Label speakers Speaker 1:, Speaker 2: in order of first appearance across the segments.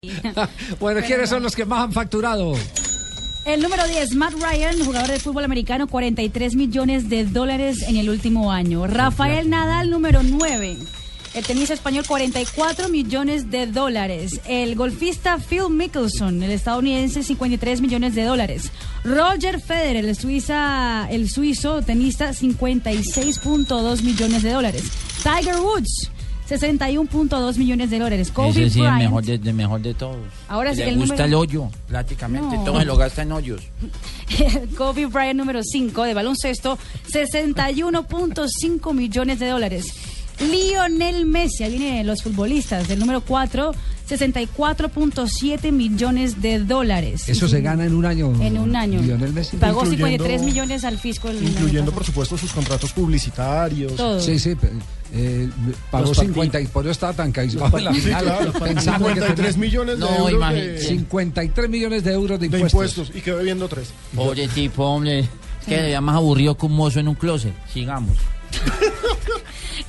Speaker 1: bueno, ¿quiénes son los que más han facturado?
Speaker 2: El número 10, Matt Ryan, jugador de fútbol americano, 43 millones de dólares en el último año. Rafael Nadal, número 9. El tenista español, 44 millones de dólares. El golfista Phil Mickelson, el estadounidense, 53 millones de dólares. Roger Federer, el, suiza, el suizo tenista, 56.2 millones de dólares. Tiger Woods, 61.2 millones de dólares. Kobe
Speaker 3: Ese sí, el
Speaker 2: Bryant,
Speaker 3: mejor de, el mejor de todos.
Speaker 2: Ahora sí
Speaker 3: Le
Speaker 2: que el
Speaker 3: gusta
Speaker 2: número-
Speaker 3: el hoyo, prácticamente.
Speaker 2: No.
Speaker 3: Todo se lo gasta en hoyos.
Speaker 2: Kobe Bryant número 5 de baloncesto, 61.5 millones de dólares. Lionel Messi, ahí vienen los futbolistas del número 4, 64.7 millones de dólares.
Speaker 1: Eso se gana en un año.
Speaker 2: en un año.
Speaker 1: Lionel Messi.
Speaker 2: Pagó
Speaker 4: Incluyendo-
Speaker 2: 53 millones al fisco. el año
Speaker 4: Incluyendo, por
Speaker 2: pasado.
Speaker 4: supuesto, sus contratos publicitarios.
Speaker 2: Todo.
Speaker 1: Sí, sí. pe- eh, pagó
Speaker 4: Los partidos.
Speaker 1: 50 y por eso estaba tan caizado en la
Speaker 4: Sí,
Speaker 1: final.
Speaker 4: claro,
Speaker 1: pensando que
Speaker 4: 53
Speaker 1: tenía
Speaker 4: millones de
Speaker 3: No,
Speaker 4: euros de,
Speaker 3: imagínate.
Speaker 4: de
Speaker 1: 53 millones de euros de impuestos.
Speaker 4: impuestos y quedó debiendo tres.
Speaker 3: Pobre tipo, hombre. Es que le da más aburrido que un mozo en un closet. Sigamos.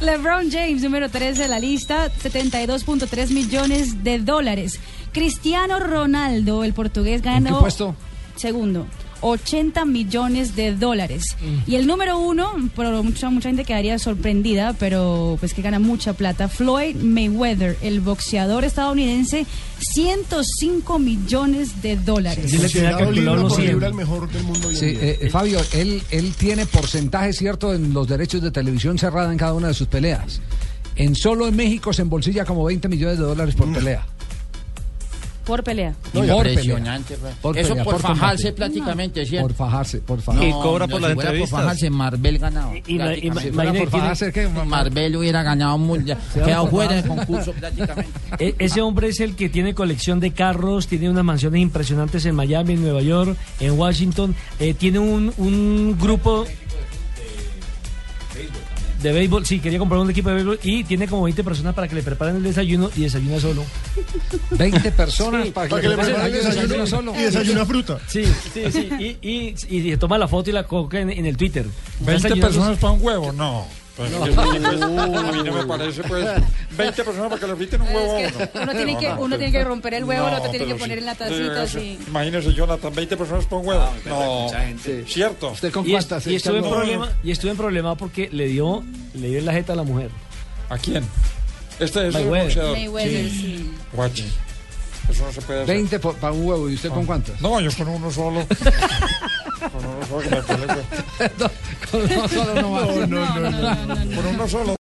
Speaker 2: LeBron James, número 3 de la lista, 72.3 millones de dólares. Cristiano Ronaldo, el portugués,
Speaker 1: ¿En
Speaker 2: ganó.
Speaker 1: qué puesto?
Speaker 2: Segundo, 80 millones de dólares. Y el número uno, pero mucha, mucha gente quedaría sorprendida, pero pues que gana mucha plata, Floyd Mayweather, el boxeador estadounidense, 105 millones de dólares.
Speaker 5: Sí, le tenía
Speaker 4: Considerado
Speaker 5: calculado
Speaker 4: libra
Speaker 5: los
Speaker 4: por
Speaker 5: 100.
Speaker 4: libra el mejor del mundo hoy en
Speaker 1: Sí,
Speaker 4: día.
Speaker 1: eh, eh, Fabio, él, él tiene porcentaje cierto en los derechos de televisión cerrada en cada una de sus peleas. En solo en México se embolsilla como 20 millones de dólares
Speaker 4: Mm.
Speaker 1: por pelea.
Speaker 2: Por pelea.
Speaker 1: No, y por
Speaker 3: Impresionante.
Speaker 1: pelea.
Speaker 3: pues.
Speaker 1: Por
Speaker 3: Eso
Speaker 1: pelea,
Speaker 3: por,
Speaker 1: por
Speaker 3: fajarse
Speaker 1: combate.
Speaker 3: prácticamente,
Speaker 1: Por
Speaker 3: ¿cierto?
Speaker 1: fajarse, por
Speaker 3: No,
Speaker 1: fajarse.
Speaker 5: Y cobra
Speaker 3: no,
Speaker 5: por las
Speaker 3: si fuera
Speaker 5: entrevistas.
Speaker 3: Por fajarse, Marvel ganaba.
Speaker 5: Y- y la- y ma-
Speaker 1: Si fuera
Speaker 3: prácticamente.
Speaker 1: por
Speaker 5: Imagínate,
Speaker 1: fajarse, ¿qué?
Speaker 3: Marvel hubiera ganado un mundial. Quedado
Speaker 1: por
Speaker 3: fuera del concurso prácticamente.
Speaker 5: E- ese hombre es el que tiene colección de carros, tiene unas mansiones impresionantes en Miami, en Nueva York, en Washington. eh, tiene un, un grupo de béisbol. Sí, quería comprar un equipo de béisbol y tiene como 20 personas para que le preparen el desayuno y desayuna solo.
Speaker 1: 20 personas para que,
Speaker 4: Para que le
Speaker 1: le
Speaker 4: preparen el
Speaker 1: preparen
Speaker 4: desayuno
Speaker 1: solo.
Speaker 4: y desayuna fruta.
Speaker 5: Sí, sí, sí. Y, y, y se toma la foto y la coloca en, en el Twitter.
Speaker 6: 20
Speaker 5: Desayuno solo.
Speaker 6: personas para un huevo, no. Pues, A mí no me parece, pues, 20 personas para que le friten un huevo.
Speaker 2: Es que
Speaker 6: a
Speaker 2: uno tiene que- uno tiene que romper el huevo, el otro tiene que
Speaker 6: pero
Speaker 2: poner en la
Speaker 6: sí,
Speaker 2: tacita,
Speaker 6: sí,
Speaker 2: sí. Ah,
Speaker 6: Imagínese, Jonathan, 20 personas para un huevo. no, cierto.
Speaker 1: ¿Usted con
Speaker 5: Y, es-
Speaker 1: cuántas?
Speaker 5: y estuve en
Speaker 1: No,
Speaker 5: problema, y estuve en problema porque le dio, le dio en la jeta a la mujer.
Speaker 6: ¿A quién? Este es el
Speaker 5: Mayweather.
Speaker 6: boxeador.
Speaker 2: Mayweather, sí.
Speaker 6: Guachi. Eso no se puede hacer.
Speaker 1: 20 por- para un huevo. ¿Y usted con cuántas?
Speaker 6: No, yo con uno solo. con uno solo que me peleé, pues.
Speaker 1: No, con uno solo no va.
Speaker 2: No, no, no, no, no.
Speaker 6: Con uno solo.